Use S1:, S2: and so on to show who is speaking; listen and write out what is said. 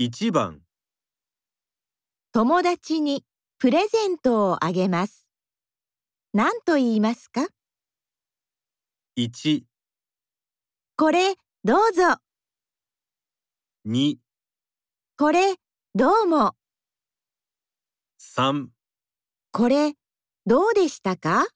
S1: 1番、
S2: 友達にプレゼントをあげます。何と言いますか
S1: 1、
S2: これどうぞ、
S1: 2、
S2: これどうも、
S1: 3
S2: これどうでしたか